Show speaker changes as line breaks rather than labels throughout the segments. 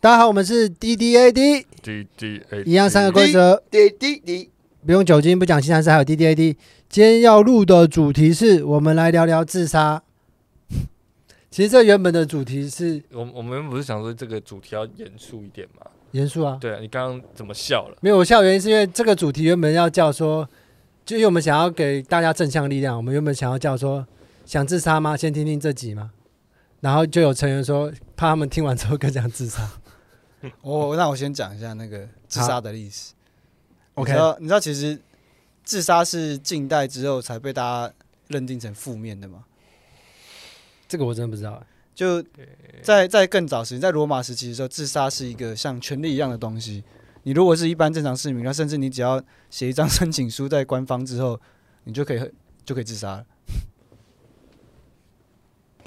大家好，我们是 D D A D，
D D A
一样三个规则，
滴滴滴，
不用酒精，不讲新三事，还有 D D A D。今天要录的主题是我们来聊聊自杀。其实这原本的主题是
我我们不是想说这个主题要严肃一点吗？
严肃啊，
对啊，你刚刚怎么笑了？
没有我笑的原因是因为这个主题原本要叫说，就因为我们想要给大家正向力量，我们原本想要叫说想自杀吗？先听听这集嘛。然后就有成员说，怕他们听完之后更想自杀。
我、那我先讲一下那个自杀的历史。
OK
你知道你知道其实自杀是近代之后才被大家认定成负面的嘛？
这个我真的不知道、欸。
就在在更早时期，在罗马时期的时候，自杀是一个像权力一样的东西。你如果是一般正常市民，那甚至你只要写一张 申请书在官方之后，你就可以就可以自杀了。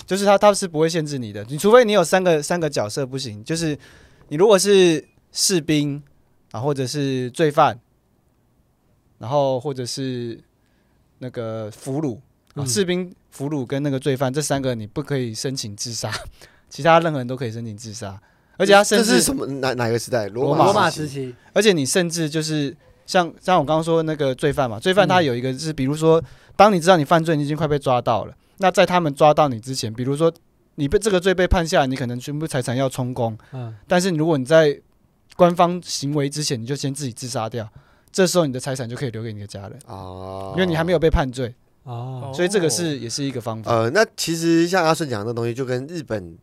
就是他他是不会限制你的，你除非你有三个三个角色不行，就是你如果是士兵啊，或者是罪犯，然后或者是那个俘虏啊，
嗯
士兵、俘虏跟那个罪犯这三个你不可以申请自杀，其他任何人都可以申请自杀，而且他甚
这
至
是什么哪哪个时代？罗
罗
马
马
时
时
期
期，
而且你甚至就是像像我刚刚说那个罪犯
嗯
嘛，罪犯他有一个是，比如说，当你知道你犯罪，你已经快被抓到了，那在他们抓到你之前，比如说你被这个罪被判下来，你可能全部财产要充公，
嗯，
但是如果你在官方行为之前，你就先自己自杀掉，这时候你的财产就可以留给你的家人，
啊，
因为你还没有被判罪，
哦，
所以这个是也是一个方法。
呃，那其实像阿顺讲的东西，就跟日本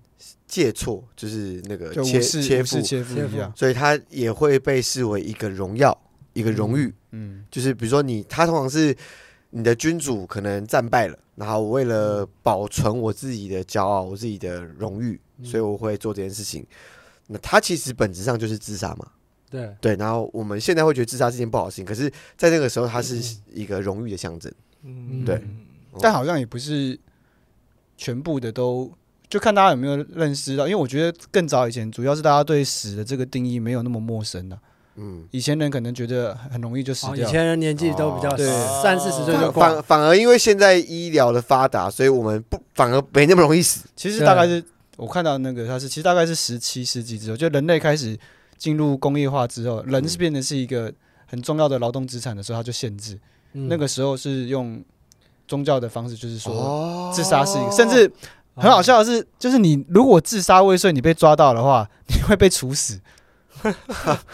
借错就是那个
就
切
无视
呃切
无视
腹，
切腹
切腹
一样，
所以他也会被视为一个荣耀，一个荣誉。
嗯，
就是比如说你，他通常是你的君主可能战败了，然后为了
嗯
保存我自己的骄傲，我自己的荣誉，
嗯
所以我会做这件事情。那他其实本质上就是自杀嘛，
对，
对。然后我们现在会觉得自杀是件不好的事情，可是，在那个时候，它是
嗯
一个荣誉的象征。
嗯
对
哦
但好像也不是全部的都，就看大家有没有认识到，因为我觉得更早以前，主要是大家对死的这个定义没有那么陌生了、
嗯，
以前人可能觉得很容易就死
哦，以
掉，
前人年纪都比较
哦
对
三四十岁就
反
挂了
反，反而因为现在医疗的发达，所以我们不反而没那么容易死。
其实
对
大概是我看到那个它是，其实大概是十七世纪之后，就人类开始进入工业化之后，人
嗯
是变得是一个很重要的劳动资产的时候，它就限制。
嗯
那个时候是用宗教的方式，就是说
哦
自杀是一个，甚至很好，笑的是，就是你如果自杀未遂，你被抓到的话，你会被处死。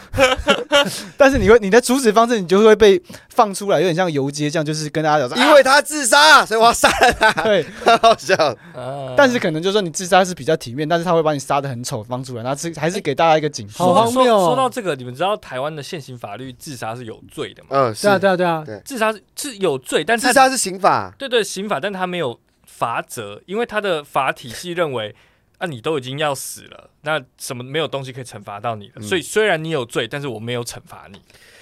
但是你会你的处死方式，你就会被放出来，有点像游街这样，就是跟大家讲说，
因为他自杀，所以我要杀了
啊 对，
他，好笑。
啊
但是可能就是说你自杀是比较体面，但是他会把你杀的很丑放出来，然后是还是给大家一个警
好
示。
荒
说
谬哦
说到这个，你们知道台湾的现行法律自杀是有罪的吗？
嗯，是
对啊对啊对啊，
自杀是是有罪，但是
自
它
杀是刑法，
对对刑法，但它没有罚则，因为它的法体系认为。啊，你都已经要死了，那什么没有东西可以惩罚到你了。
嗯
所以虽然你有罪，但是我没有惩罚你。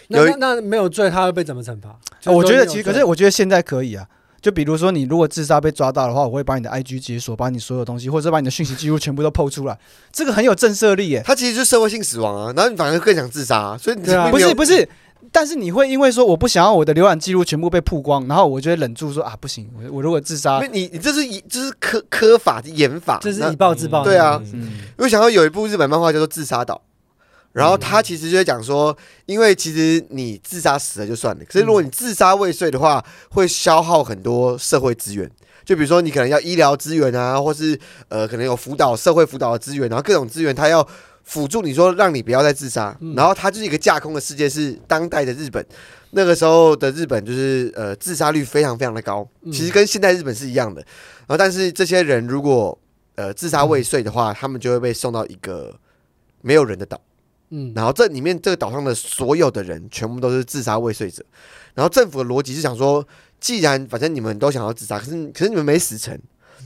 那
有一
那那没有罪，他会被怎么惩罚？
啊我觉得其实，
就
可
是
是我觉得现在可以啊。就比如说，你如果自杀被抓到的话，我会把你的 IG 解锁，把你所有东西，或者把你的讯息记录全部都剖出来，这个很有震慑力耶。
他其实就是社会性死亡啊。然后你反而更想自杀、所以你
对啊
并
不
没有
是不是，但是你会因为说我不想要我的浏览记录全部被曝光，然后我就会忍住说啊不行，我我如果自杀
因为，你你这是以这是科科法严法，
这
那
是以暴制暴，
对啊
嗯
嗯，
因为想到有一部日本漫画叫做《自杀岛》，然后他其实就在讲说，因为其实你自杀死了就算了，可是
嗯
如果你自杀未遂的话，会消耗很多社会资源。就比如说，你可能要医疗资源啊，或是呃，可能有辅导、社会辅导的资源，然后各种资源，他要辅助你说让你不要再自杀。
嗯
然后它就是一个架空的世界，是当代的日本。那个时候的日本就是呃，自杀率非常非常的高，
嗯
其实跟现在日本是一样的。然后，但是这些人如果呃自杀未遂的话，他们就会被送到一个没有人的岛，
嗯，
然后这里面这个岛上的所有的人全部都是自杀未遂者。然后政府的逻辑是想说，既然反正你们都想要自杀，可是可是你们没死成，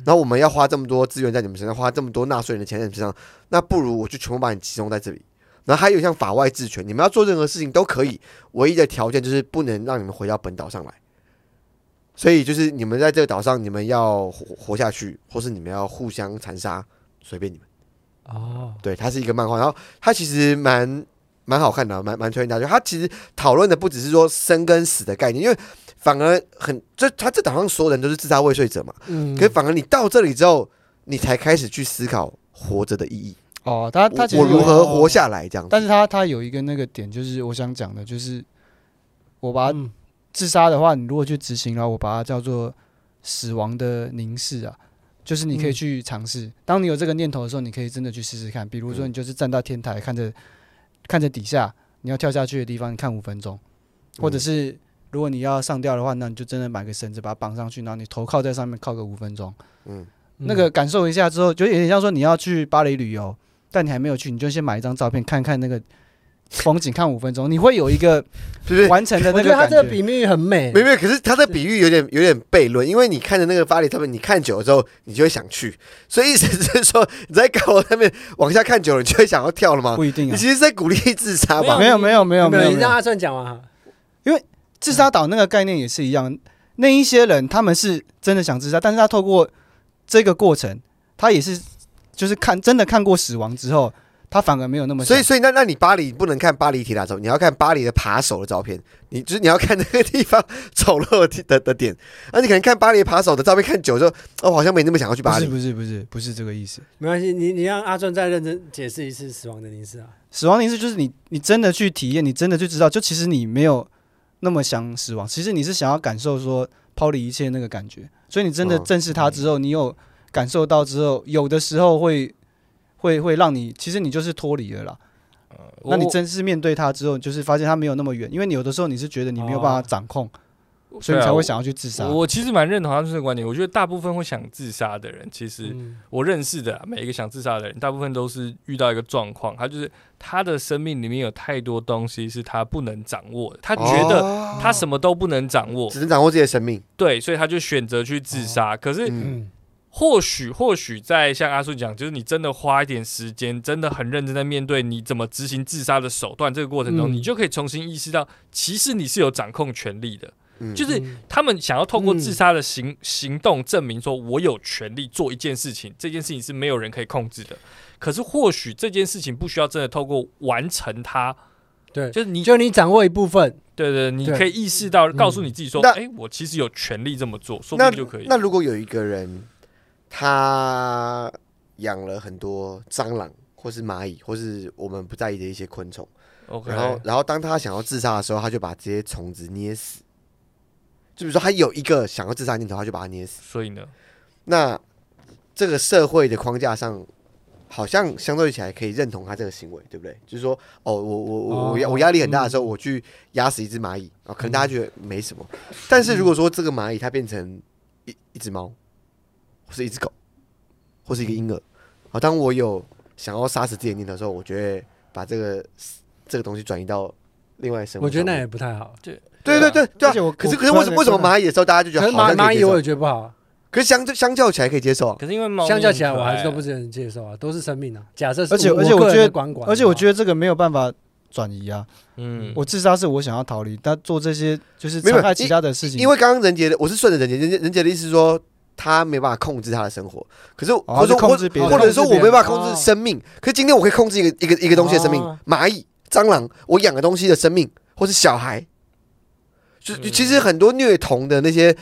然后我们要花这么多资源在你们身上，花这么多纳税人的钱在你们身上，那不如我就全部把你集中在这里。然后还有像法外治权，你们要做任何事情都可以，唯一的条件就是不能让你们回到本岛上来。所以就是你们在这个岛上，你们要活活下去，或是你们要互相残杀，随便你们。
哦，
对，它是一个漫画，然后它其实蛮蛮好看的啊，蛮蛮推荐大家。它其实讨论的不只是说生跟死的概念，因为反而很就他这岛上所有人都是自杀未遂者嘛，
嗯
可是反而你到这里之后，你才开始去思考活着的意义。
哦，他他其
我
实
我如
有哦
何活下来这样子。
但是他他有一个那个点，就是我想讲的，就是我把它
嗯
自杀的话，你如果去执行，然后我把它叫做死亡的凝视啊，就是你可以
嗯
去尝试。当你有这个念头的时候，你可以真的去试试看。比如说，
嗯
你就是站到天台，看着看着底下你要跳下去的地方，你看五分钟，或者
嗯
是如果你要上吊的话，那你就真的买个绳子把它绑上去，然后你头靠在上面靠个五分钟。
嗯，
那个感受一下之后，就有点像说你要去巴黎旅游，但你还没有去，你就先买一张照片看看那个风景，看五分钟，你会有一 个
就是
完成的
我
那
觉
个
得他
感
这个比喻很美，
没有没
嗯
有，可是他的比喻有点有点悖论，因为你看着那个巴黎他们，你看久了之后，你就会想去，所以意思是说你在高楼上面往下看久了，你就会想要跳了吗？
不一定
你
啊。
其实在鼓励自杀吧？
没有没有没有没有
你
没
让
有，
阿顺讲完啊哈。
自杀岛那个概念也是一样。那一些人他们是真的想自杀，但是他透过这个过程，他也是就是看真的看过死亡之后，他反而没有那么
所以，
想
所以那那你巴黎不能看巴黎铁塔照，你要看巴黎的扒手的照片。你就是你要看那个地方丑陋的地的的点。那、你可能看巴黎扒手的照片看久了之后，哦，我好像没那么想要去
不
巴
是
黎。
不是不是不是这个意思。
没关系，你你让阿顺再认真解释一次死亡的凝视啊。
死亡凝视就是你，你真的去体验，你真的去知道，就其实你没有那么想死亡，其实你是想要感受说抛离一切那个感觉，所以你真的
嗯
正视它之后，你有感受到之后，有的时候会会会让你，其实你就是脱离了啦。那你
我
正式面对它之后，就是发现它没有那么远，因为你有的时候你是觉得你没有办法掌控，所
对
以你
啊
才
我
会想要去自杀。
我其实蛮认同他这个观点，我觉得大部分会想自杀的人，其实
嗯
我认识的啊每一个想自杀的人，大部分都是遇到一个状况，他就是他的生命里面有太多东西是他不能掌握的，他觉得
哦
他什么都不能掌握，
只能掌握自己的生命。
对，所以他就选择去自杀。可是
嗯，
嗯
或许或许在像阿顺讲，就是你真的花一点时间，真的很认真在面对你怎么执行自杀的手段这个过程中，
嗯
你就可以重新意识到，其实你是有掌控权力的。
嗯
就是
嗯
他们想要透过
嗯
自杀的行、行动证明说，我有权利做一件事情，这件事情是没有人可以控制的。可是或许这件事情不需要真的透过完成它，
对，
就是你
就你掌握一部分，
对对，你
对
可以意识到，告诉你自己说，
那
哎、我其实有权利这么做，说不
那
定就可以。
那如果有一个人，他养了很多蟑螂，或是蚂蚁，或是我们不在意的一些昆虫，
OK，
然后然后当他想要自杀的时候，他就把这些虫子捏死。就比如说，他有一个想要自杀的念头，他就把它捏死。
所以呢，
那这个社会的框架上，好像相对起来可以认同他这个行为，对不对？就是说，哦，我我我我压
哦
我压力很大的时候，
嗯
我去压死一只蚂蚁啊、可能大家觉得没什么。但是如果说这个蚂蚁它变成一一只猫，或是一只狗，或是一个婴儿，啊，当我有想要杀死自己的念头的时候，我觉得把这个这个东西转移到另外生活
我觉得
上
那
面
也不太好。
对对对对
而且
啊
我
可是
我
可是为什么为什么蚂蚁的时候大家就觉
可
得
是
好
蚂
像可
蚂
以
蚁
接
我
受
也？觉得不好啊，
可是相相较起来可以接受啊。
可是因为猫
相较起来我还是
咪
都
很可爱
不是很接受啊，都是生命啊。假设是
嗯而且
我
而且我
个人
觉得
的管管的话，
而且我觉得这个没有办法转移啊，
嗯，
我自杀是我想要逃离，但做这些就是
没有
伤害其
因
他的事情，
因为刚刚任杰的，我是顺着任杰，任杰任杰的意思是说他没办法控制他的生活，可是
哦他
或者
是
说
控
我
制别人
或者说我没办法控
哦
制生命，可是今天我可以控制一个一个一个东西的生命
哦，
蚂蚁、蟑螂，我养的东西的生命，或是小孩，就
嗯
其实很多虐童的那些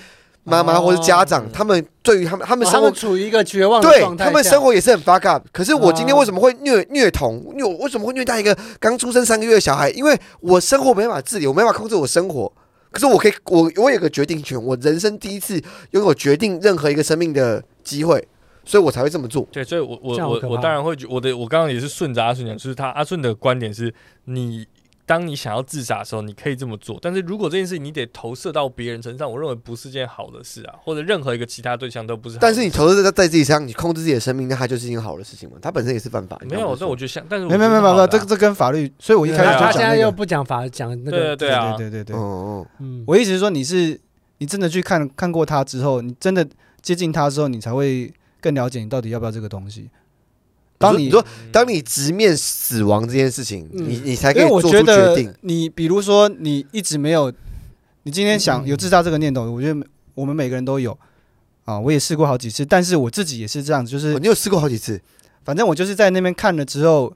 妈妈
哦
或者家长，他们对于他们他们
哦
生
他
活
们处于一个绝望的
对
状态
他们
下
生活也是很 fuck up，可是我今天
啊
为什么会虐虐童？虐为什么会虐待一个刚出生三个月的小孩？因为我生活没办法自理，我没办法控制我生活。可是我可以，我我有个决定权，我人生第一次拥有决定任何一个生命的机会，所以我才会这么 做。
对，所以我我
这样好
我
可
我
怕哦
当然会觉我的我刚刚也是顺着阿顺讲，就是他阿顺的观点是你。当你想要自杀的时候，你可以这么做，但是如果这件事情你得投射到别人身上，我认为不是件好的事啊，或者任何一个其他对象都不是好的
但
事。
是你投资在在自己身上，你控制自己的生命，那它就是一件好的事情嘛？它本身也是犯
哎
法。你
没
刚
有
刚，不是
那
说
我觉得像，但是我
没
觉
没
得
没
是
没
好
没，
的
这
啊
个这跟法律，所以我一
对
开始
啊
就
他
讲
现在
那个
又不讲法，讲那
对
个，
对啊，
对对对对。
哦，哦
嗯，
我意思是说，你是你真的去看看过它之后，你真的接近它之后，你才会更了解你到底要不要这个东西。当
你
你
说，
嗯
当你直面死亡这件事情，
嗯
你你才可
因
以
为我
做出
觉
决
得
定。
你比如说你一直没有，你今天想有自杀这个念头，我觉得我们每个人都有啊，我也试过好几次，但是我自己也是这样，就是
哦你有试过好几次？
反正我就是在那边看了之后，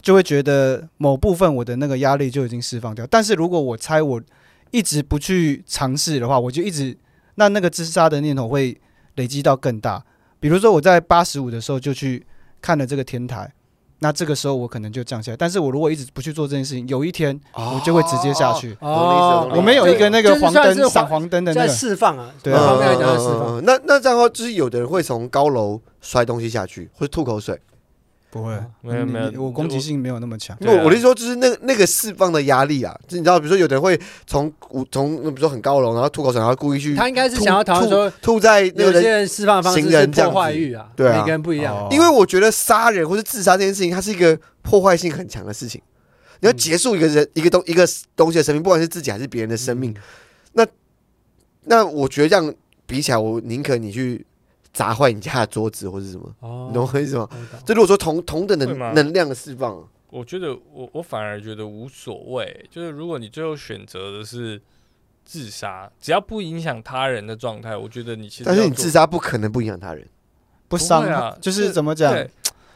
就会觉得某部分我的那个压力就已经释放掉。但是如果我猜我一直不去尝试的话，我就一直那那个自杀的念头会累积到更大。比如说我在八十五的时候就去看了这个天台，那这个时候我可能就降下来。但是我如果一直不去做这件事情，有一天
哦
我就会直接下去。
哦
我们有一个那个
就是
黄
算是
灯闪
黄
黄灯的那
在
个，
释放啊，
对
我
啊
刚才讲在释放，
嗯那那这样的话，就是有的人会从高楼摔东西下去，或者吐口水。
不会，
没有
你
没有
你嗯我攻击性没有那么强。
对啊
那我的意思说，就是那那个释放的压力啊，就你知道，比如说有的人会从从呃比如说很高楼，然后吐口水，然后故意去
他应该是
吐
想要讨论说，
吐在嗯那
有
个
些
人。
人释放的方式
行
是
人这样
破
子
坏欲啊，
对啊
每个人不一样。
哦
因为我觉得杀人或是自杀这件事情，它是一个破坏性很强的事情。你要
嗯
结束一个人、一个东一个东西的生命，不管是自己还是别人的生命，
嗯
那我觉得这样比起来，我宁可你去砸坏你家的桌子或是什么，
哦
你懂我意思吗？
我懂
这如果说同同等的
会吗
能量的释放，啊
我觉得我我反而觉得无所谓，就是如果你最后选择的是自杀，只要不影响他人的状态，我觉得你其实
但是
要
你
做
自杀不可能不影响他人。
不
会
伤
啊
害，
这
就是怎么讲？
对，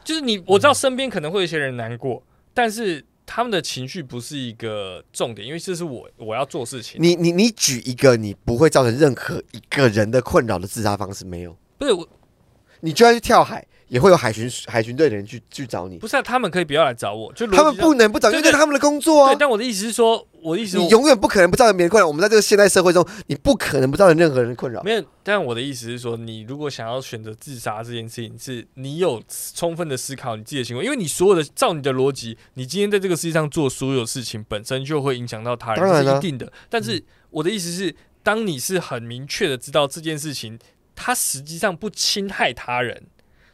就是你我知道身边可能会有一些人难过，但是他们的情绪不是一个重点，因为这是我我要做事情。
你你你举一个你不会造成任何一个人的困扰的自杀方式没有？
不是我，
你就算去跳海，也会有海巡海巡队的人去去找你。
不是、啊、他们可以不要来找我，就逻辑
他们
上
不能不找，因为
对对
这是他们的工作啊
对。。但我的意思是说，我的意思
你
我
永远不可能不造成别人困扰。我们在这个现代社会中，你不可能不造成任何人的困扰。
没有，但我的意思是说，你如果想要选择自杀这件事情，是你有充分的思考你自己的行为，因为你所有的照你的逻辑，你今天在这个世界上做所有事情，本身就会影响到他人，
当然
这是
啊
一定的。但是我的意思是，当你是很明确的知道这件事情，它实际上不侵害他人，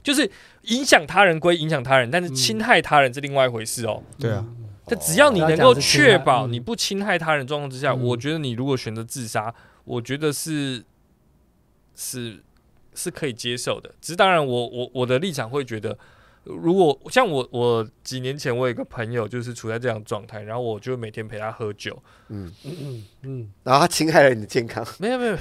就是影响他人归影响他人，但是
嗯
侵害他人是另外一回事哦。
对啊，
但只要你能够确保
嗯
你不侵害他人的状况之下，
嗯
我觉得你如果选择自杀，我觉得是是是可以接受的。只是当然我，我我的立场会觉得，如果像我我几年前我有一个朋友就是处在这样的状态，然后我就每天陪他喝酒，
嗯，
嗯嗯嗯，
然后他侵害了你的健康。
没有没有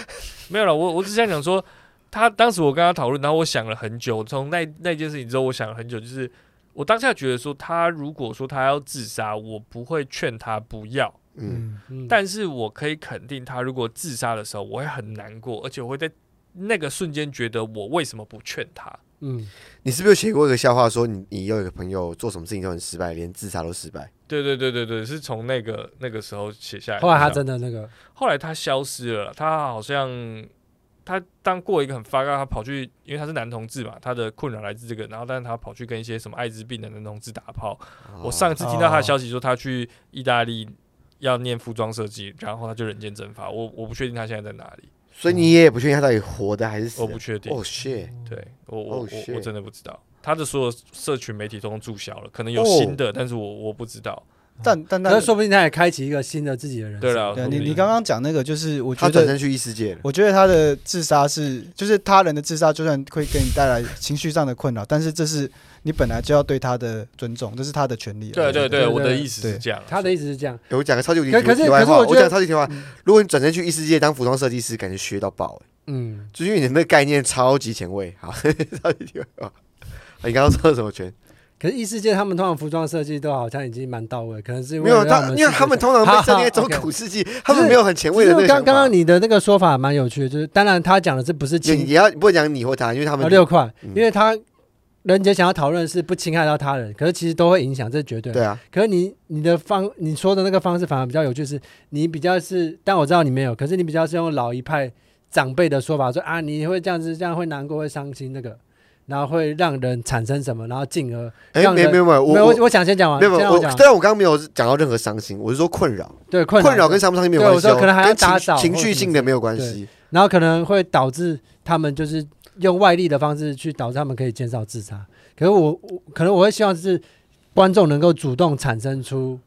没有了，我我只是想讲说，他当时我跟他讨论，然后我想了很久，从那那件事情之后，我想了很久，就是我当下觉得说，他如果说他要自杀，我不会劝他不要。
嗯，
嗯
但是我可以肯定，他如果自杀的时候，我会很难过，而且我会在那个瞬间觉得我为什么不劝他？
嗯，
你是不是有写过一个笑话，说你你有一个朋友做什么事情都很失败，连自杀都失败？
对对对对对，是从那个那个时候写下来的。
后来他真的那个，
后来他消失了，他好像他当过一个很发高，他跑去，因为他是男同志嘛，他的困扰来自这个，然后但是他跑去跟一些什么艾滋病的男同志打炮。
哦
我
哦
上次听到他的消息说他去意大利要念服装设计，然后他就人间蒸发。我我不确定他现在在哪里，
所以你也不确定他到底活的还是死
我
的
不。确定。
哦，shit！
对我我、我
Oh
我
shit
真的不知道，他的所有社群媒体都注销了，可能有
哦
新的但是我我不知道。
但但
可
但
是说不定他也开启一个新的自己的人生。
对了，说
对啊
不
你你
定
刚刚讲那个，就是我觉
他转
得
身去异世界了。
我觉得他的自杀是，就是他人的自杀，就算会给你带来情绪上的困扰，但是这是你本来就要对他的尊重，这是他的权利啊。
对对
对
对，我的
对
意思是
对
这样啊，
他的意思是这样，
欸我讲个超级无敌
可可是
题外
可是
话，
我觉
我
得
讲超级题外话
嗯。
如果你转身去异世界当服装设计师，感觉学到爆、欸，
嗯，
就是因为你的那个概念超级前卫。好， 超级题外话。啊你刚刚说了什么圈？
可是异世界他们通常服装设计都好像已经蛮到位，可能是
没有，
他
他因为他们通常被设定在中古世纪，他们没有很前卫的那个想
刚
法。
刚刚你的那个说法蛮有趣的，就是当然他讲的是不是
也
侵
也要不能讲你或他，因为他
啊
们
六块，
嗯
因为他人杰想要讨论的是不侵害到他人，可是其实都会影响，这是绝对的。
对啊，
可是你你的方你说的那个方式反而比较有趣是，你比较是，但我知道你没有，可是你比较是用老一派长辈的说法说啊，你会这样子，这样会难过，会伤心那个，然后会让人产生什么，然后进而
哎，
让
没有
人
没有没有，我
没有
我
我我想先讲完，
没有没
先让
有我
我，讲完，
但我刚刚没有讲到任何伤心，我是说困扰，
对困
困扰
扰
跟
跟
伤不伤心没有
对
关系
我
哦，
说可能还要
跟情
打扫
情
或
绪
什么
性
之
的
类
没有关
对
系。
然后可能会导致他们就是用外力的方式去导致他们可以减少自杀。可是我我可能我会希望是观众能够主动产生出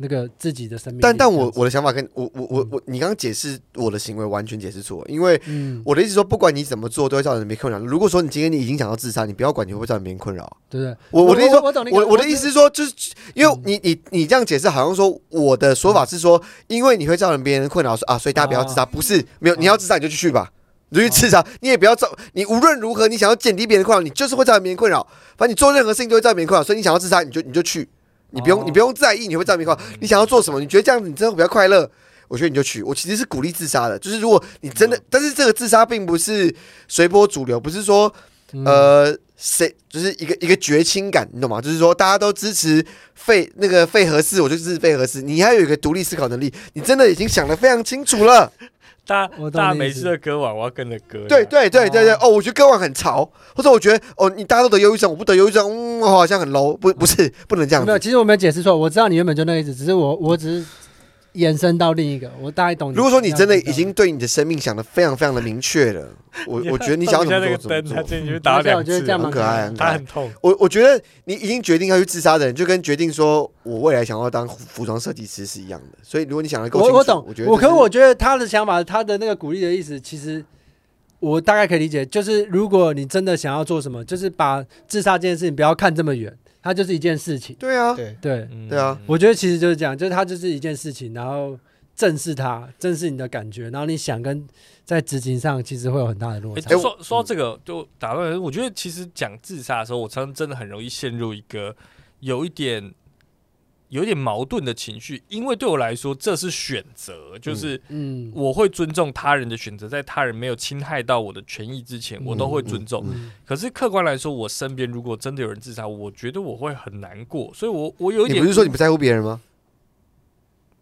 那个自己的生命力这
但
样子。
但我我的想法跟我我我我，你刚刚解释我的行为完全解释错，因为
嗯，
我的意思说，不管你怎么做，都会造成别人困扰。如果说你今天你已经想要自杀，你不要管你会不会造成别人困扰。
对不对？
我我的意思说，
我懂你
我我的意
只
思是说，就是因为你你你这样解释，好像说我的说法是说，因为你会造成别人的困扰，说啊，所以大家不要自杀，不是没有你要自杀你就去去吧，你就去自杀，你也不要造，你无论如何你想要减低别人的困扰，你就是会造成别人困扰，反正你做任何事情都会造成别人困扰，所以你想要自杀你就你就去，你不用、
哦
你不用在意你会造成别人困扰，你想要做什么，你觉得这样子你真的比较快乐。我觉得你就去，我其实是鼓励自杀的，就是如果你真的，但是这个自杀并不是随波逐流，不是说
嗯
呃，谁就是一个一个绝亲感，你懂吗？就是说大家都支持费那个费和四，我就支持费和四。你还有一个独立思考能力，你真的已经想得非常清楚了。
大
我懂你
大家
意
每
思
次的歌网，我要跟着歌。
对对对对对，
哦
哦，我觉得歌王很潮，或者我觉得哦，你大家都得忧郁症，我不得忧郁症，嗯，我好像很 low，不不是不能这样
没有，
子。
其实我没有解释错，我知道你原本就那个意思，只是我我只是延伸到另一个，我大概懂。
如果说你真的已经对你的生命想得非常非常的明确了， 我我觉得你想要怎
下
么
那
做
个
怎
灯，
么
他
做。
进去打了
对啊
两
我觉得
次
这样
了，
蛮
很可爱很可
他
爱
很痛。
我我觉得你已经决定要去自杀的人，就跟决定说我未来想要当服服装设计师是一样的。所以如果你想的够清
我
楚，
我懂，
我觉得
我
这
可
是
我觉得他的想法，他的那个鼓励的意思，其实我大概可以理解，就是如果你真的想要做什么，就是把自杀这件事情不要看这么远，它就是一件事情。
对啊，
对，
对，
嗯
对啊，
我觉得其实就是这样，就是它就是一件事情，然后正视它，正视你的感觉，然后你想跟在执行上其实会有很大的落
诶
差。
哎我
说说到这个，就打断一下，我觉得其实讲自杀的时候，我常常真的很容易陷入一个有一点有一点矛盾的情绪，因为对我来说这是选择，就是
嗯，
我会尊重他人的选择，在他人没有侵害到我的权益之前，我都会尊重。
嗯
可是客观来说，我身边如果真的有人自杀，我觉得我会很难过，所以我我有一
你
点
不是说你不在乎别人吗？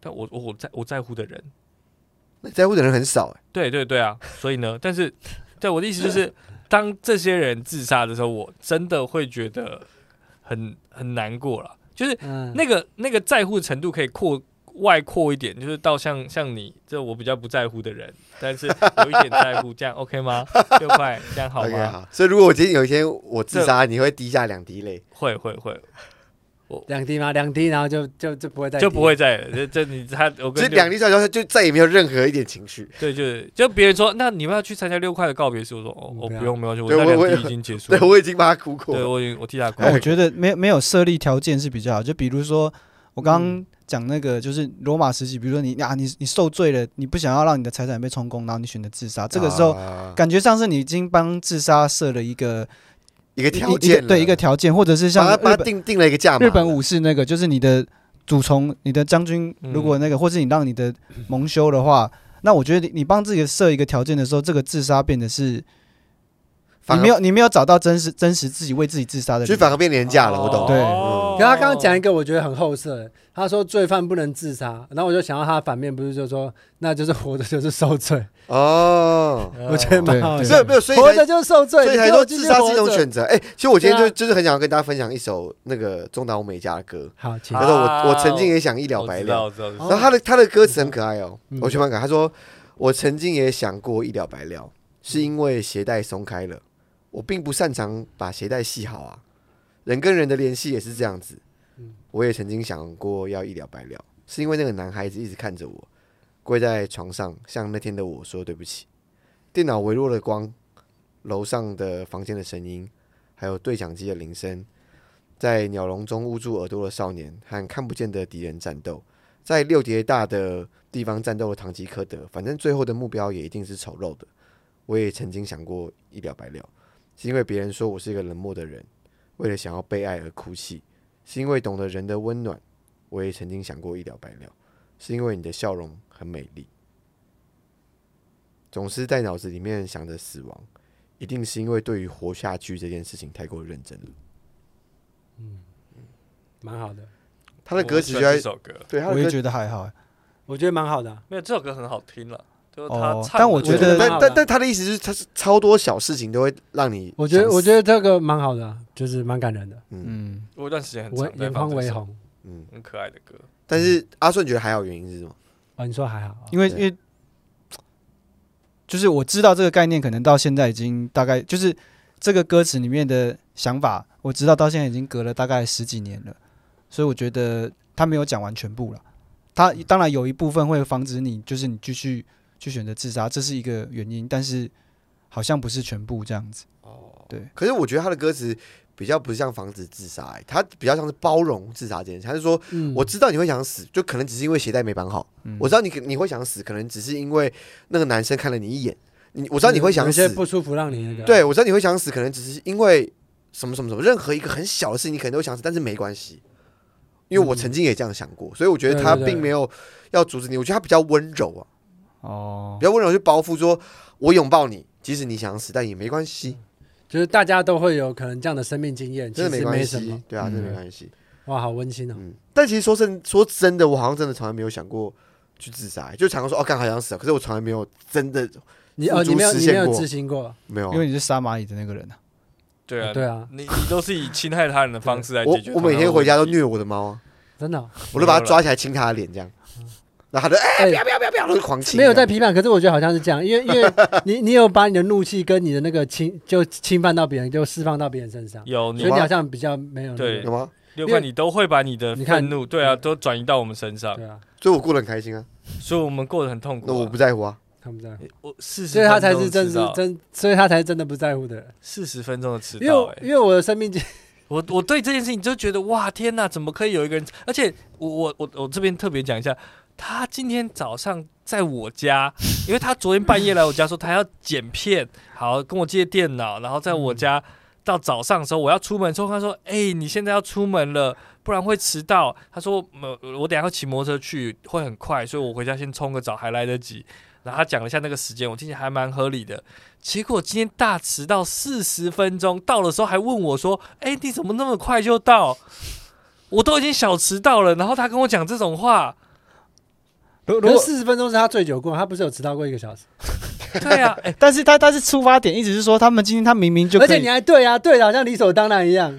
但我我我在我在乎的人，
那在乎的人很少、欸，
对对对啊，所以呢，但是 对我的意思 就是，当这些人自杀的时候，我真的会觉得很很难过了。就是
嗯，
那个那个在乎程度可以扩外扩一点，就是到像像你这我比较不在乎的人，但是有一点在乎，这样 OK 吗？六块这样好
OK，
吗？
好。所以如果我今天有一天我自杀，你会滴下两滴泪。
会会会，
两滴吗？两滴，然后就就就不会再
就
滴
不会再了这这你他我
所以
跟
两
六
滴下去，就再也没有任何一点情绪。
对就是就别人说那你们要去参加六块的告别式，我说哦
嗯
我
不要
不用没关系，我
对
那
我我
两
也
滴已经结束
对
了，
我已经把他哭过
对
了。
我已经我替他哭
哎
那我觉得没有没有设立条件是比较好，就比如说我刚刚
嗯
讲那个，就是罗马时期，比如说你啊，你你受罪了，你不想要让你的财产被充公，然后你选择自杀，这个时候
啊
感觉上是你已经帮自杀设了一个
一个
一
条
一
件
个
了，
对一个条件，或者是像
把他把
日
他
本
定定了一个价码。
日本武士那个，就是你的主从、你的将军，
嗯
如果那个，或是你让你的蒙羞的话。那我觉得你你帮自己设一个条件的时候，这个自杀变得是你
反而
没有你没有找到真实真实自己为自己自杀的理
就
由，
反而变廉价了。我懂。
哦对
哦
可他刚刚讲一个我觉得很后色的，他说罪犯不能自杀，然后我就想到他的反面不是就说那就是活着就是受罪，
哦，
我觉得蛮好
对
没有
笑的，
没有，所以
活
才
着就是受罪，
所以
你
才
给
说
我继
自
续
杀是一种
活着。
选择。哎，其实我今天
对
就
啊
就是很想要跟大家分享一首那个中岛美嘉的歌，
好，请
叫做
啊
我我曾经也想一了百了。
我知道，我知道
哦
然后他的他的歌词很可爱哦，
嗯
我觉得蛮可爱。他说：“我曾经也想过一了百了，是因为鞋带松开了。我并不擅长把鞋带系好啊，人跟人的联系也是这样子
嗯。
我也曾经想过要一了百了，是因为那个男孩子一直看着我，跪在床上向那天的我说对不起。电脑微弱的光，楼上的房间的声音，还有对讲机的铃声，在鸟笼中捂住耳朵的少年和看不见的敌人战斗。”在六叠大的地方战斗的堂吉诃德，反正最后的目标也一定是丑陋的。我也曾经想过一了百了，是因为别人说我是一个冷漠的人，为了想要被爱而哭泣，是因为懂得人的温暖。我也曾经想过一了百了，是因为你的笑容很美丽。总是在脑子里面想着死亡，一定是因为对于活下去这件事情太过认真了。
蛮好的，
他的歌词就
我很
在
喜欢这首歌，
对他
我
的
也
歌，
觉得还好、欸。
我觉得蛮好的啊。
没有这首歌很好听了，就是他
哦
唱的，
但我觉得
蛮
但
好的
但
啊
但他的意思是，他是超多小事情都会让你想死。
我觉得我觉得这个蛮好的啊，就是蛮感人的，
嗯，
我有一段时间很
我
常在
眼
放
眶
这
微
首
红。
嗯，
很可爱的歌，
但是阿顺觉得还好，原因是什么？
哦，你说还好啊？
因为因
对
为就是我知道这个概念，可能到现在已经大概就是这个歌词里面的想法，我知道到现在已经隔了大概十几年了，所以我觉得他没有讲完全部了。他当然有一部分会防止你，就是你继续去选择自杀，这是一个原因，但是好像不是全部这样子。
可是我觉得他的歌词比较不像防止自杀、欸，他比较像是包容自杀这件事。他是说，
嗯
我知道你会想死，就可能只是因为鞋带没绑好。
嗯
我知道你可你会想死，可能只是因为那个男生看了你一眼。你我知道你会想
有
死
些，不舒服让你那个。
对我知道你会想死，可能只是因为什么什么什么，任何一个很小的事情你可能都会想死，但是没关系。因为我曾经也这样想过，所以我觉得
对
他
嗯对对
并没有要阻止你，我觉得他比较温柔啊，
哦
比，较温柔去包覆说，我拥抱你，即使你想死，但也没关系。
就是大家都会有可能这样的生命经验，其
真的没
实
关
没什么
系。，对啊，
嗯
真的没关系。
哇，好温馨哦！
嗯，但其实说真说真的，我好像真的从来没有想过去自杀，就常常说哦，干好想死啊，可是我从来没有真的
你哦，
付诸
你没有
实
你没有
现过
执行过，
没有啊
因。为你是杀蚂蚁的那个人啊。
对啊，
对啊，
你你都是以侵害他人的方式来
我
解决。
我每天回家都，虐我的猫啊，
真的哦
我都把它抓起来亲它的脸这样，然后它就哎
哎
不要不要不要不要，然后就狂亲。
没
啊
有在批判，可是我觉得好像是这样，因为 因为你你有把你的怒气跟你的那个侵就侵犯到别人，就释放到别人身上，
有
啊
你
所以你
吗
好像比较没有那
对
个
有吗？
六块，你都会把你的
你看嗯
愤怒，对啊，都转移到我们身上，
对啊，
所以我过得很开心啊，
所以我们过得很痛苦
那
啊。
我不在乎啊。
他们这样，
我四十，
所以他才是真是
的
真，所以他才是真的不在乎的人。
四十分钟的迟
因为
到、
我
欸。
因为我的生命经，
我我对这件事情就觉得哇天哪，怎么可以有一个人？而且我我我我这边特别讲一下，他今天早上在我家，因为他昨天半夜来我家说他要剪片，好跟我借电脑，然后在我家到早上的时候我要出门的时候，他说：“哎、你现在要出门了，不然会迟到。”他说：“呃我等一下要骑摩托车去，会很快，所以我回家先冲个澡还来得及。”然后他讲了一下那个时间，我听起来还蛮合理的。结果今天大迟到四十分钟，到的时候还问我说：“哎、你怎么那么快就到？我都已经小迟到了。”然后他跟我讲这种话，
如如
可
果
是四十分钟是他最久过，他不是有迟到过一个小时？
对啊， 哎、
但是他他是出发点，一直是说他们今天他明明就可
而
以。
且你还对啊，对的，好像理所当然一 样。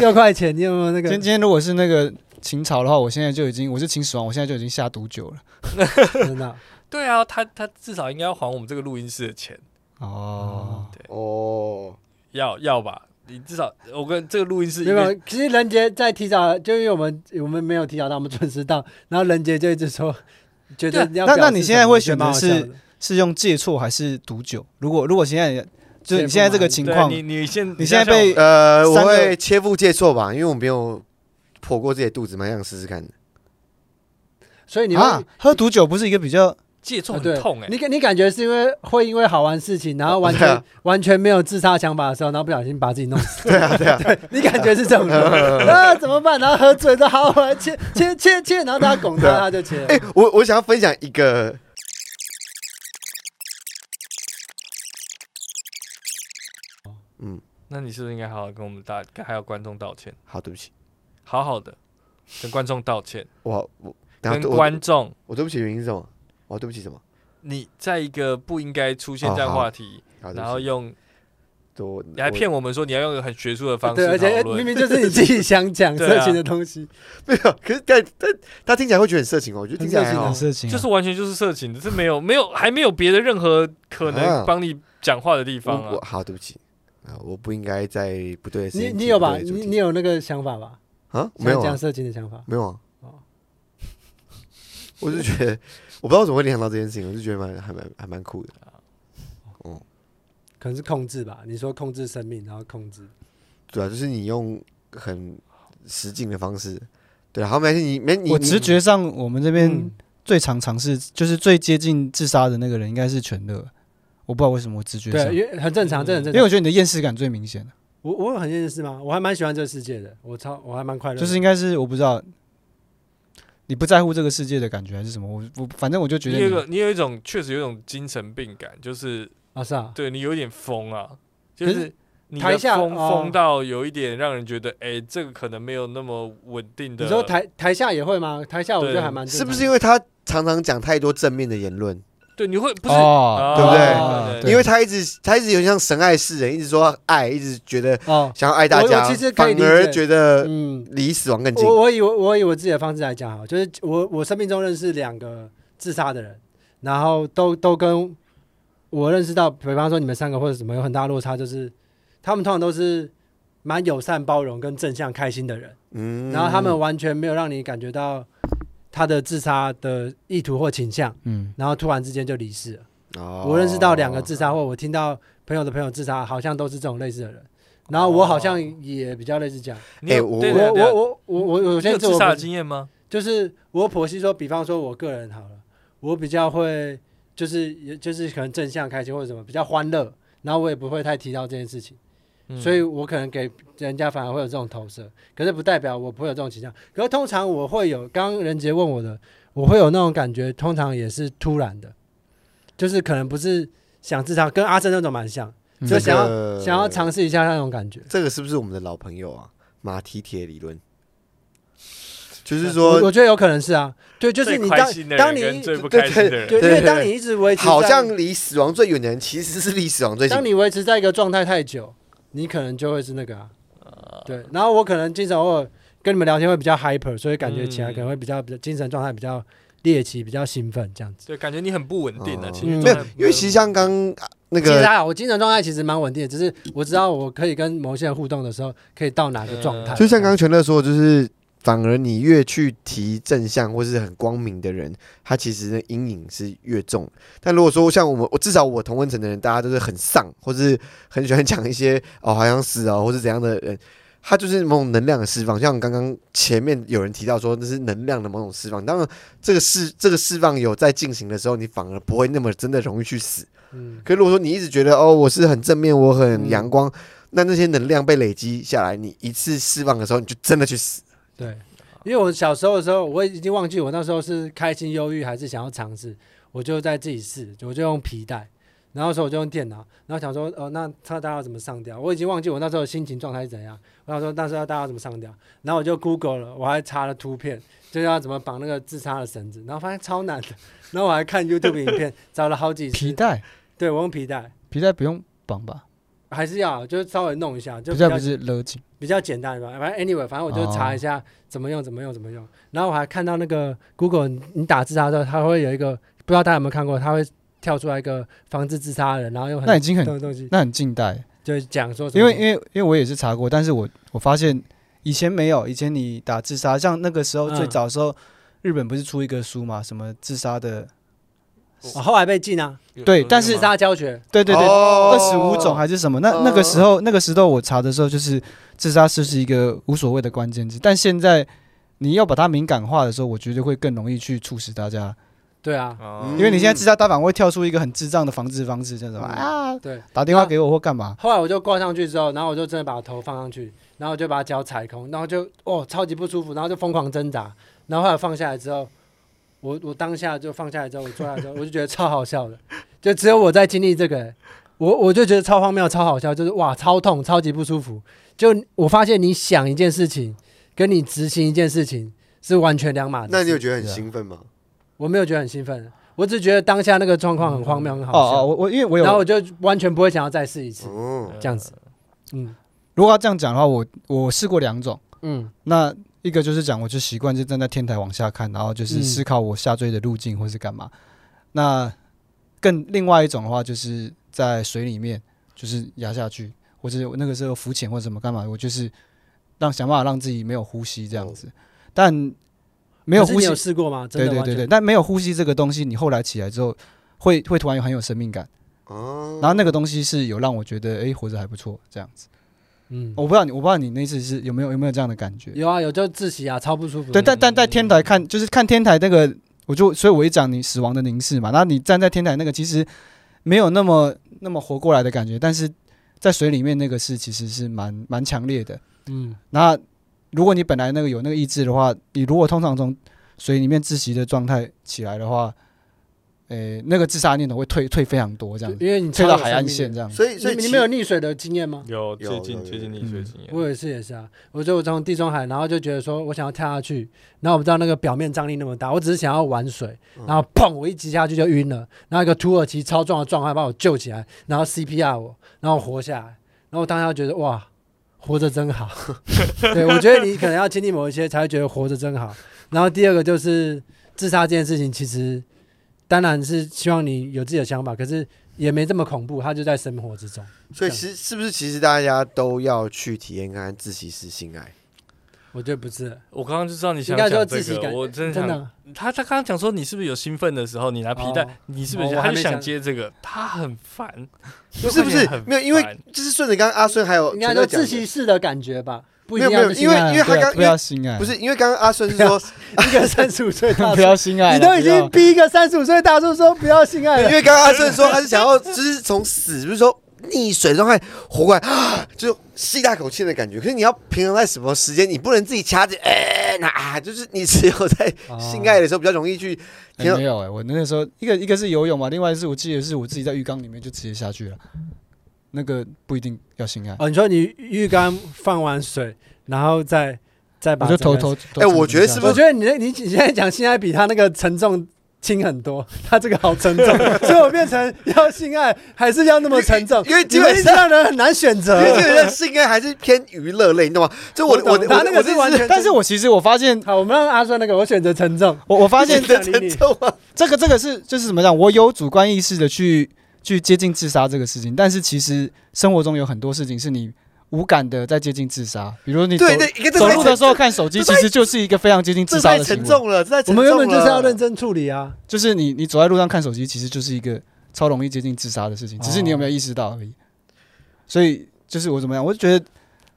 六块钱，你有没有那
今
个
天？今天如果是那个秦朝的话，我现在就已经我是秦始皇，我现在就已经下毒酒了。
真 的啊，
对啊，他他至少应该要还我们这个录音室的钱，
哦，
哦，
要要吧？你至少我跟这个录音室
没
因为
有。其实人杰在提早，就因为我们我们没有提早到，我们准时到，然后人杰就一直说，觉
啊
得要表
那
示
那你现在
什么
会选择
蛮好笑的
是是用借错还是毒酒？如果如果现在就是你现在这个情
对啊
况，
你你现
你现在被
呃，我
三个
会切腹戒错吧，因为我没有破过自己的肚子，蛮想试试看的。
所以你会
啊，喝毒酒不是一个比较
借错
啊
很
对
痛哎、
你感你感觉是因为会因为好玩事情，然后完全、
对啊
完全没有自杀想法的时候，然后不小心把自己弄死。
对啊，对 啊，
你感觉是这种 的啊？怎么办？然后喝醉的好玩，切切切切，然后大家拱
对
他，
啊
他就切了。
哎、我我想要分享一个，嗯，
那你是不是应该好好跟我们大还有观众道歉，
好，对不起，
好好的跟观众道歉，
我我等
跟
下我
观众，
我对不起的原因是什么？我对不起什么？
你在一个不应该出现
哦
在
好
话题，
好
然后
对
用
不起我
你还骗我们说你要用一个很学术的方
对，
式
而且
讨
哎
论
明明就是你自己想讲
对啊
色情的东西，
我 没有？可是但但他听起来会觉得很色情哦，我觉得听起来还好
很
的
色。
事情啊，
就是完全就是色情的，是没有没有还没有别的任何可能
啊
帮你讲话的地
我
方啊
我。好，对不起啊，我不应该在不对的时
你
间
你
提
有
不
吧？
对的主
你
题
你有那个想法吧？
啊？
想
没有啊
讲，色情的想法。
没有啊
哦。
我就觉得，我不知道怎么会联想到这件事情，我就觉得蛮还蛮还蛮酷的。
可能是控制吧，你说控制生命，然后控制，
对啊，就是你用很实劲的方式，对啊，好，没关系，你没你
我
你
直觉上我们这边
嗯
最常尝试就是最接近自杀的那个人应该是全乐，我不知道为什么我直觉
啊
对
上，，
因
因
为很正常，这很正
为
常。
我觉得你的厌世感最明显
我我有很认识吗？我还蛮喜欢这个世界的，我超我还蛮快乐的。
就是应该是我不知道你不在乎这个世界的感觉还是什么，我我反正我就觉
你
得
有一
你
个，你有一种确实有一种精神病感，就是
啊是啊，
对你有点疯啊，就
可是
是你
台
的
下
疯
哦
疯到有一点让人觉得，哎，这个可能没有那么稳定的。
你说台台下也会吗？台下我觉得还蛮正
是
常
不
的
是因为他常常讲太多正面的言论？
对，你会不是
哦，
对不对
啊
对
因为他一直他一直有点像神爱世人，一直说爱，一直觉得
哦，
想要爱大
我
家，
我其实可以
反
理解
而觉得
嗯，
离死亡更近。
我我以我我以我自己的方式来讲哈，就是我我生命中认识两个自杀的人，然后都都跟我认识到，比方说你们三个或者什么有很大落差，就是他们通常都是蛮友善、包容跟正向、开心的人。
嗯
然后他们完全没有让你感觉到他的自杀的意图或倾向，
嗯，
然后突然之间就离世了。
哦
我认识到两个自杀，
哦
或我听到朋友的朋友自杀，好像都是这种类似的人。然后我好像也比较类似这样。
你有
哎我
对对
我
对
我我我我我
你有
先自
自
我
杀
剖
的
析，
经验吗？
就是我剖析说，比方说我个人好了，我比较会就是也就是可能正向开心或者什么比较欢乐，然后我也不会太提到这件事情。
嗯
所以我可能给人家反而会有这种投射，可是不代表我不会有这种倾向。可是通常我会有，刚刚任杰问我的，我会有那种感觉，
嗯
通常也是突然的，就是可能不是想自杀，跟阿正那种蛮像，就想要、
这个
想要尝试一下那种感觉。
这个是不是我们的老朋友啊？马蹄铁理论，就是
我
说，
我觉得有可能是啊，对，就是你
最开
当
心的人
当你
跟
一
最不
对，
开心的人，
因为
对
当你一直维持在
好像离死亡最远的人其实是离死亡最近
当。你维持在一个状态太久，你可能就会是那个啊。对，然后我可能经常偶尔跟你们聊天会比较 hyper，所以感觉起来
嗯
可能会比较比较精神状态比较猎奇，比较兴奋这样子。
对，感觉你很不稳定啊，
哦
情绪
嗯
没
状
有
态，
因为其实像刚刚那
其实
个
还好，我精神状态其实蛮稳定的，只是我知道我可以跟某些人互动的时候，可以到哪个状态。
嗯
就像刚刚全乐说的，就是反而你越去提正向或是很光明的人，他其实的阴影是越重。但如果说像我们，我至少我同温层的人，大家都是很丧，或是很喜欢讲一些哦好像死哦，或是怎样的人。他就是某种能量的释放，像刚刚前面有人提到说，那是能量的某种释放。当然，这个释这个释放有在进行的时候，你反而不会那么真的容易去死。
嗯，
可如果说你一直觉得哦，我是很正面，我很
嗯
阳光，那那些能量被累积下来，你一次释放的时候，你就真的去死。
对，因为我小时候的时候，我已经忘记我那时候是开心、忧郁还是想要尝试，我就在自己试，我就用皮带，然后那时候我就用电脑，然后想说，哦，那他大家要怎么上吊？我已经忘记我那时候的心情状态是怎样。我想说，那时候大家要怎么上吊？然后我就 Google 了，我还查了图片，就是要怎么绑那个自杀的绳子，然后发现超难的。然后我还看 YouTube 影片，找了好几
皮
次，
带，
对我用皮带。
皮带不用绑吧？
还是要就是稍微弄一下，就
皮
比
带
较
不是勒紧，
比较简单吧。反正 anyway，反正我就查一
哦
下怎么用，怎么用，怎么用。然后我还看到那个 Google，你你打自杀的时候，它会有一个不知道大家有没有看过，它会跳出来一个防治自杀的人，然后用
那已
很
经很
多东西
那很近代。
就讲说什么，
因为因为因为我也是查过，但是我我发现以前没有，以前你打自杀，像那个时候
嗯
最早的时候，日本不是出一个书嘛，什么自杀的，
我后来被禁啊，
有
对
有
但
自
是
杀教学，
对对对，
哦
二十五种还是什么？那
嗯
那个时候那个时候我查的时候，就是自杀是不是一个无所谓的关键字？但现在你要把它敏感化的时候，我觉得会更容易去促使大家，
对啊，
哦
因为你现在自杀大反会跳出一个很智障的防治方式，叫什么啊？
嗯对。
打电话给我或干嘛？
后来我就挂上去之后，然后我就真的把头放上去，然后就把脚踩空，然后就哦超级不舒服，然后就疯狂挣扎，然后后来放下来之后，我我当下就放下来之后，我坐下来之后，我就觉得超好笑的，就只有我在经历这个、欸我我就觉得超荒谬、超好笑，就是哇超痛、超级不舒服。就我发现你想一件事情，跟你执行一件事情是完全两码子事。
那你有觉得很
是啊
兴奋吗？
我没有觉得很兴奋，我只觉得当下那个状况很荒谬、很
哦
好笑，
哦，我我因为我有
然后我就完全不会想要再试一次，
哦，
这样子。嗯
如果要这样讲的话，我我试过两种。
嗯
那一个就是讲，我就习惯就站在天台往下看，然后就是
嗯
思考我下坠的路径或是干嘛。那更另外一种的话，就是在水里面就是压下去，或者那个时候浮潜或者什么干嘛，我就是让想办法让自己没有呼吸这样子。但没有
哦可是
呼
你
吸
有，试过吗？真
对
的
对
完
对
全
对，但没有呼吸这个东西，你后来起来之后会会突然有很有生命感，
哦，
然后那个东西是有让我觉得诶活着还不错这样子。
嗯，
我不知道你我不知道你那次是有没有有没有这样的感觉？
有啊，有就窒息啊，超不舒服。
对，但但在天台看，就是看天台那个，我就所以我一讲你死亡的凝视嘛，那你站在天台那个，其实没有那么那么活过来的感觉，但是在水里面那个是其实是蛮蛮强烈的。
嗯，
那如果你本来那个有那个意志的话，你如果通常从水里面窒息的状态起来的话，诶、那个自杀念头会退退非常多，这样子
因为你
退
吹
到海岸线，这样子。
所以所
你
以
你
其
们有溺水的经验吗？
有
有
接近
有
接近
有
溺水
嗯
经验，
我也是也是啊，我就从地中海，然后就觉得说我想要跳下去，然后我不知道那个表面张力那么大，我只是想要玩水，
嗯
然后砰，我一挤下去就晕了，然后一个土耳其超壮的壮汉把我救起来，然后 CPR 我，然后活下来，然后我当下觉得哇，活着真好。对，我觉得你可能要经历某一些才会觉得活着真好。然后第二个就是自杀这件事情，其实当然是希望你有自己的想法，可是也没这么恐怖，它就在生活之中。
所以其实是不是其实大家都要去体验看看自习室性爱？
我觉得不是，
我刚刚就知道你想
应该
讲
说
这
自己
个，
感
我真的
真
想
的啊
他他刚刚讲说你是不是有兴奋的时候，你拿皮带，
哦
你是不是、
哦我还
他
没
就想
想
接这个，他 很烦，
不是
我看
不是
起来很
没有，因为
烦
就是顺着刚刚阿顺还有
应该
陈乐
说自
讲的
习室的感觉吧。不一
没
定要
有没有，
是
因
性
为
爱啊
因为他
不要
刚 因
不
为
要心爱，
不是因为刚刚阿顺是说，
一个三十五岁大
不
叔，
要心爱了，
你都已
不要
经逼一个三十五岁大叔说不要性爱
因
了，
为刚刚阿顺说他是想要就是从死，就是说溺水状态活过来，啊就吸大口气的感觉。可是你要平衡在什么时间，你不能自己掐着，哎、那、啊就是你只有在性爱的时候比较容易去
哎
平衡
没有哎、我那个时候一个一个是游泳嘛，另外是我记得是我自己在浴缸里面就直接下去了。那个不一定要性爱。
哦，你说你浴缸放完水，然后再再把
我就
整
偷
个
偷，
哎我觉得是不
我
是
觉得你那你你现在讲性爱比他那个沉重轻很多，他这个好沉 重，所以我变成要性爱还是要那么沉重，
因为因为基
你
本
们一直让人很难选择
因。为这个性爱还是偏娱乐类，你懂吗？就我我
懂他那个是
是
完全，
但是我其实我发现，
好，我们让阿酸那个，我选择沉重。
我我发现
这
沉重啊，
这个这个是就是怎么讲？我有主观意识的去去接近自杀这个事情，但是其实生活中有很多事情是你无感的在接近自杀，比如你走
对对，一个
走路的时候看手机，
这
其
太
实就是一个非常接近
这
自杀
太
的行
沉
为。
重了，这太
我
沉重
们
了。
原本就是要认真处理啊。
就是你你走在路上看手机，其实就是一个超容易接近自杀的事情，只是你有没有意识到而已。所以就是我怎么样，我就觉得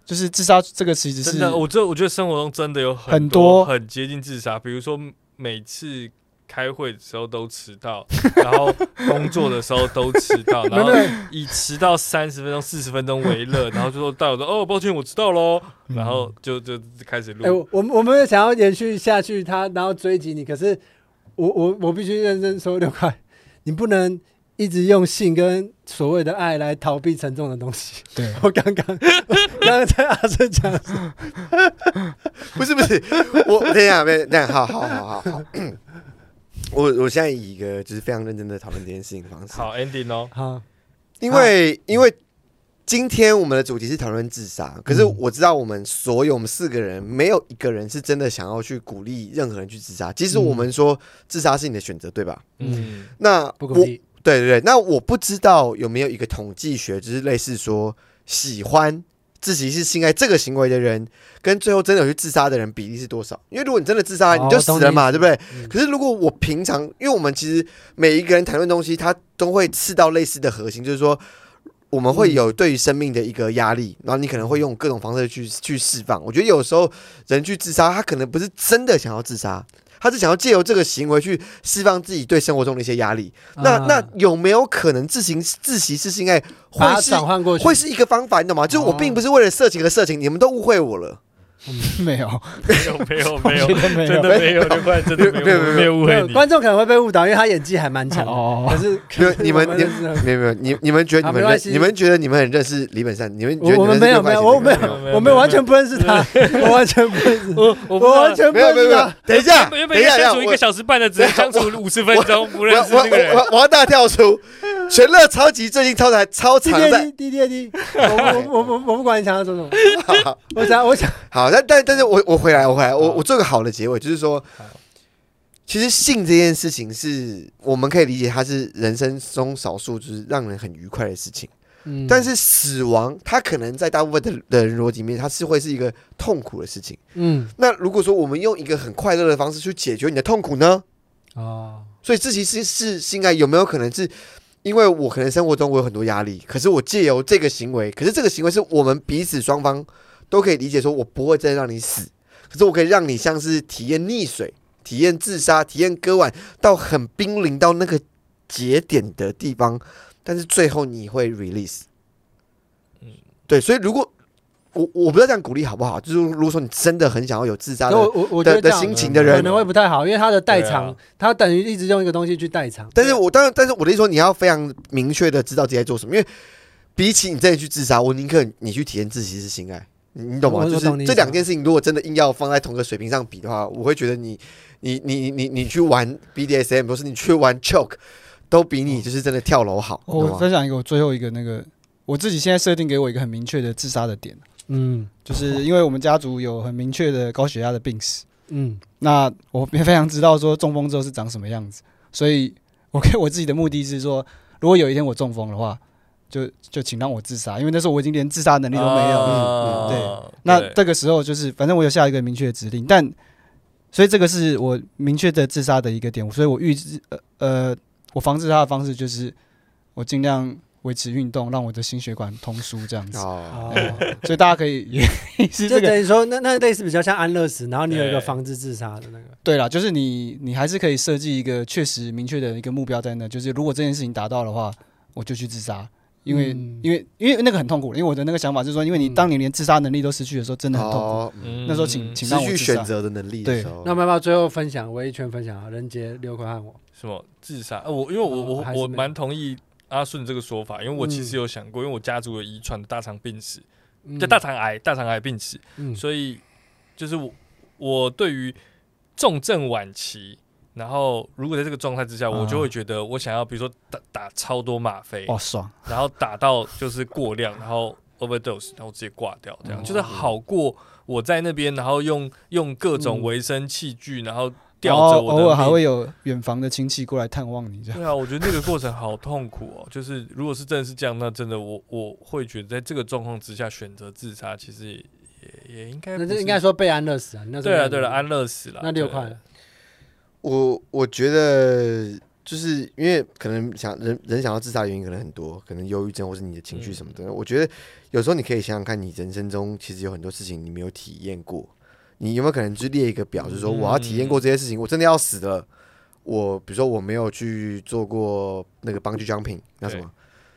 就是自杀这个其实
真
是
的，我这我觉得生活中真的有
很
多
多
很接近自杀，比如说每次开会的时候都迟到，然后工作的时候都迟到，
没
然
有
后
没有，
以迟到三十分钟、四十分钟为乐，然后就说到我说哦，抱歉，我迟到喽，
嗯
然后就就就开始
哎，
录。
我我们我们想要延续下去他，然后追及你，可是我我我必须认真说六块，你不能一直用性跟所谓的爱来逃避沉重的东西。
对
我刚刚我刚刚在阿生讲的时候，
不是不是，我等一下，等一下，好好好好好。我我现在以一个就是非常认真的讨论这件事情的方式，
好 ending 哦，
好，
因
啊
为因为今天我们的主题是讨论自
嗯
杀，可是我知道我们所有我们四个人没有一个人是真的想要去鼓励任何人去自杀。即
嗯
使我们说自杀是你的选择，对吧？
嗯，
那
不
我
鼓励。
对对对，那我不知道有没有一个统计学，就是类似说喜欢自己是性爱这个行为的人，跟最后真的有去自杀的人比例是多少？因为如果你真的自杀，
哦
你就死了嘛，
懂你意思
对不对？
嗯
可是如果我平常，因为我们其实每一个人谈论东西，他都会刺到类似的核心，就是说。我们
嗯
会有对于生命的一个压力，然后你可能会用各种方式去去释放。我觉得有时候人去自杀，他可能不是真的想要自杀，他是想要借由这个行为去释放自己对生活中的一些压力。那
啊
那有没有可能自行自习是性爱
把它
会是
转换过去，
会是一个方法？你懂吗？就是我
哦
并不是为了色情而色情，你们都误会我了。
没有，
没有没有没有
我，觉得没
真
有
的没有，六块真的没有
没有没有
没有误
没
会
有
你。
观众可能会被误导，因为他演技还蛮强的。
哦
可，是
就你们
可是我们
没有没有，你你们觉得
好
你
没
们
关
认
系
你们觉得你们很认识李本善，你们觉得
我我们
你认识
没有
六块
没有
钱这个
我
人吗
没有我们完全不认识他， 我完全不认识，
我我不知
我
道
完全不
没有
认
没有
识
没
他
有。，等一下，
原
等
本
一
要
下，
相
等
处
一
一
下
个小时半的，只能相处五十分钟，不
我
认
我
识
我
这个人
我。我我要大跳出，全乐超级最近超台超
滴
常在
滴滴滴滴滴，我我我我我不管你想要说什么，我想我想
好，但但但是我我回来，我回来，我
好
我做个好的结尾，就是说
好，
其实性这件事情是我们可以理解，它是人生中少数就是让人很愉快的事情。
嗯
但是死亡，它可能在大部分的的人逻辑里面，它是会是一个痛苦的事情。
嗯
那如果说我们用一个很快乐的方式去解决你的痛苦呢？
哦，
所以这其实是性爱有没有可能是？因为我可能生活中我有很多压力，可是我借由这个行为，可是这个行为是我们彼此双方都可以理解，说我不会真的让你死，可是我可以让你像是体验溺水、体验自杀、体验割腕，到很濒临到那个节点的地方，但是最后你会 release。
嗯
对，所以如果我我不要这样鼓励好不好？就是如果说你真的很想要有自杀
所
的
以我我我觉
的
得这
的
样
心情的
可
人，
能会不太好，因为他的代
对
偿
啊，
他等于一直用一个东西去代偿，
但是我当然，但是我的意思说，你要非常明确的知道自己在做什么，因为比起你真的去自杀，我宁可你去体验自己是性爱，你你懂
我
吗？就
我懂你
是
意
这
思
两件事情，如果真的硬要放在同个水平上比的话，我会觉得你你你你你你去玩 BDSM，或是你去玩 choke，都比你就是真的跳楼好，你
哦我
懂吗？
分享一个我最后一个那个我自己现在设定给我一个很明确的自杀的点，
嗯
就是因为我们家族有很明确的高血压的病史，
嗯
那我也非常知道说中风之后是长什么样子，所以 我给我自己的目的是说，如果有一天我中风的话，就就请让我自杀，因为那时候我已经连自杀能力都没有。
啊
嗯
对那这个时候就是，反正我有下一个明确的指令，但所以这个是我明确的自杀的一个点，所以我预知呃呃，我防治它的方式就是我尽量维持运动，让我的心血管通疏这样子，
哦，
哦，
所以大家可以也 是
就
这个
等于说那那类似比较像安乐死，然后你有一
对
个防治自杀的那个，
对啦，就是你你还是可以设计一个确实明确的一个目标在那，就是如果这件事情达到的话，我就去自杀。因为、
嗯
因为因为那个很痛苦，因为我的那个想法是说，因为你
嗯
当你连自杀能力都失去的时候，真的很痛苦。
哦，嗯
嗯
那时候请请
失
让我
去
自杀
选择的能力的时候，
那我们要不要最后分享，我一圈分享啊，人杰、六块和我，
什么自杀？呃我因为我
哦
我
还是
我
没
蛮同意阿顺这个说法，因为我其实有想过，因为我家族有遗传的大肠病史，
嗯
就大肠癌、大肠癌病史，
嗯
所以就是我我对于重症晚期，然后如果在这个状态之下，我就会觉得我想要，比如说打打超多吗啡，
哦，爽，
然后打到就是过量，然后 overdose，然后直接挂掉，这样、就是好过我在那边，然后用用各种
嗯
维生器具，然后吊
然
着
后
我的
哦偶尔还
命
会有远房的亲戚过来探望你，这 样
对啊，我觉得那个过程好痛苦哦。就是如果是真的是这样，那真的我我会觉得在这个状况之下选择自杀，其实也也也应该
那
不
这
是
应该说被安乐死啊，你那时候
对了
被
对了，
安
安乐死了。
那六
对啊
块，了，
我我觉得就是因为可能想人人想要自杀的原因可能很多，可能忧郁症或是你的情绪什么的。我觉得有时候你可以想想看，你人生中其实有很多事情你没有体验过，你有没有可能去列一个表，就是说
嗯
我要体验过这些事情，我真的要死了。我比如说我没有去做过那个 bungee jumping，那什么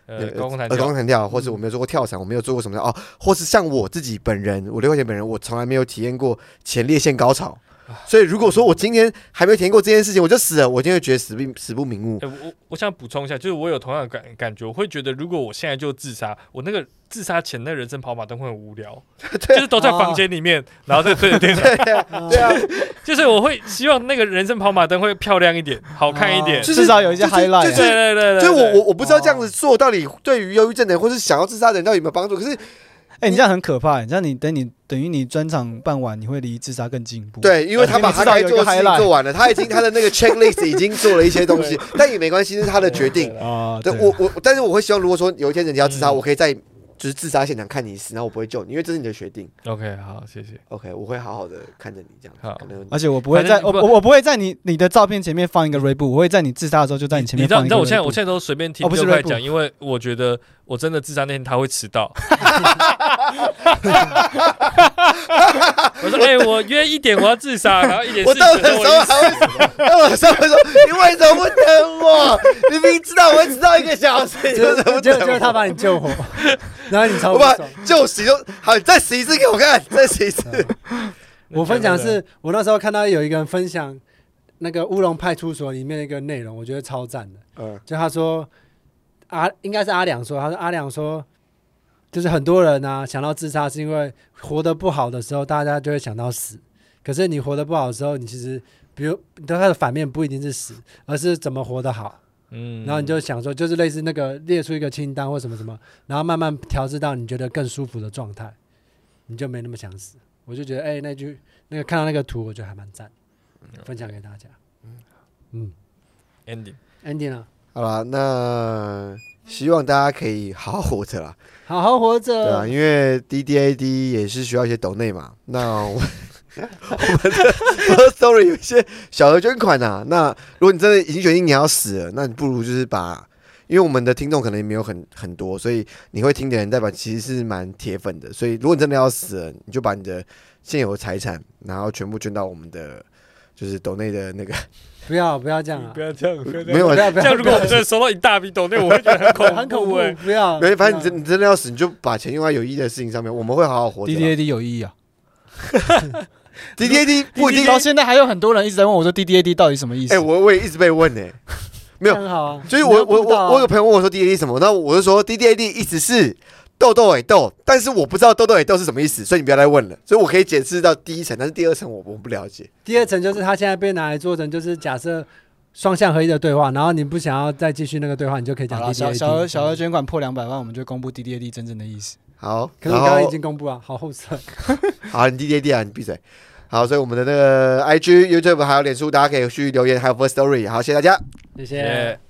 那
呃，
个
高空弹
呃高
跳
空，弹跳，或是我没有做过跳伞，我没有做过什么的哦，或是像我自己本人，我六块钱本人，我从来没有体验过前列腺高潮。所以如果说我今天还没有体验过这件事情，我就死了，我今天就觉得死不死不瞑目。
哎、我我我想补充一下，就是我有同样的感感觉，我会觉得如果我现在就自杀，我那个自杀前那人生跑马灯会很无 聊，就是都在房间里面，然后在对着电脑，
啊对啊，
就是我会希望那个人生跑马灯会漂亮一点，好看一点。
哦就是
至少有一些
就是
highlight 啊。
就是
对对对对，
就是我
对
我我不知道这样子做到底对于忧郁症的人或是想要自杀的人到底有没有帮助。可是
哎，你这样很可怕，你这样你等你等于你专场办完，你会离自杀更进一步。
对，因为他把他该做的
你
事
至少有一
情
个
做完了，他已经他的那个 checklist 已经做了一些东西，但也没关系，那是他的决定。
啊，
对
啊
我我，但是我会希望，如果说有一天人家要自杀，
嗯
我可以在就是自杀现场看你死，然后我不会救你，因为这是你的决定。
OK 好，谢谢。
OK，我会好好的看着你这样子
好。
可能
而且我不会在
反正
我
不
我我不会在你你的照片前面放一个 r e b o 我会在你自杀的时候就在你前
你
面
知道，
放
你
一
知
个
道
Reebok。
我现在我现在都随便听
哦不是
六块
Red Bull
讲，因为我觉得我真的自杀那天他会迟 到。我 说，哎、我约一点我要自杀，然后一点
我
四
到
十
的时
分
候还会，到的时候会说你为什么不等我？你明知道我会迟到一个小时，你为什么不
结果就是
等
他
我？
把你救 活，然后你超
我
不
把
爽。
就死就好，你再死一次给我看，再死一次。
我分享的是我那时候看到有一个人分享那个乌龙派出所里面的一个内容，我觉得超赞的。
嗯
就他说阿应该是阿良说，他说阿良说，就是很多人啊想到自杀是因为活得不好的时候，大家就会想到死。可是你活得不好的时候，你其实比如你对它的反面不一定是死，而是怎么活得好。
嗯
然后你就想说，就是类似那个列出一个清单或什么什么，然后慢慢调制到你觉得更舒服的状态，你就没那么想死。我就觉得，哎、那句那个看到那个图，我觉得还蛮赞，分享给大家。嗯
ending。
，ending 了，
好啦，那希望大家可以好好活着啦。
好好活着。哦
对啊，因为 DDAD 也是需要一些抖内嘛。那我我们 的 sorry 有一些小额捐款啊。那如果你真的已经决定你要死了，那你不如就是把，因为我们的听众可能也没有很很多，所以你会听的人代表其实是蛮铁粉的。所以如果你真的要死了，你就把你的现有的财产，然后全部捐到我们的就是抖内的那个
不要不要这样啊！
要这样，不要这样
没有
不。要不
这样
要，
如果我真的收到一大笔抖内，我会觉得很恐
很恐怖
哎、，
不要。
没，
啊
反正
不要
你真你真的要死，你就把钱用在有意义的事情上面。我们会好好活着
D
啊。
D A D 有意义啊！
DDAD 不一定。
到现在还有很多人一直在问我说 D D A D 到底什么意思？
哎，我我也一直被问呢。没有
这样好啊。
所以
你
我
要
我
督导啊
我我有朋友问我说 D D A D 什么，那我就说 D D A D 意思是豆豆尾豆，但是我不知道豆豆尾豆是什么意思，所以你不要再问了。所以我可以解释到第一层，但是第二层我我不了解。
第二层就是他现在被拿来做成就是假设双向合一的对话，然后你不想要再继续那个对话，你就可以讲
好了，小
DDAD。
小
嗯
额小额捐款破两百万，我们就公布 D D A D 真正的意思。
好，
可是我
然
刚刚已
后
经公布了，好后色。
好，你 D D A D 啊，你闭嘴。好，所以我们的那个 I G、YouTube 还有脸书，大家可以去留言，还有 First Story。好，谢谢大家。
谢
耶
谢。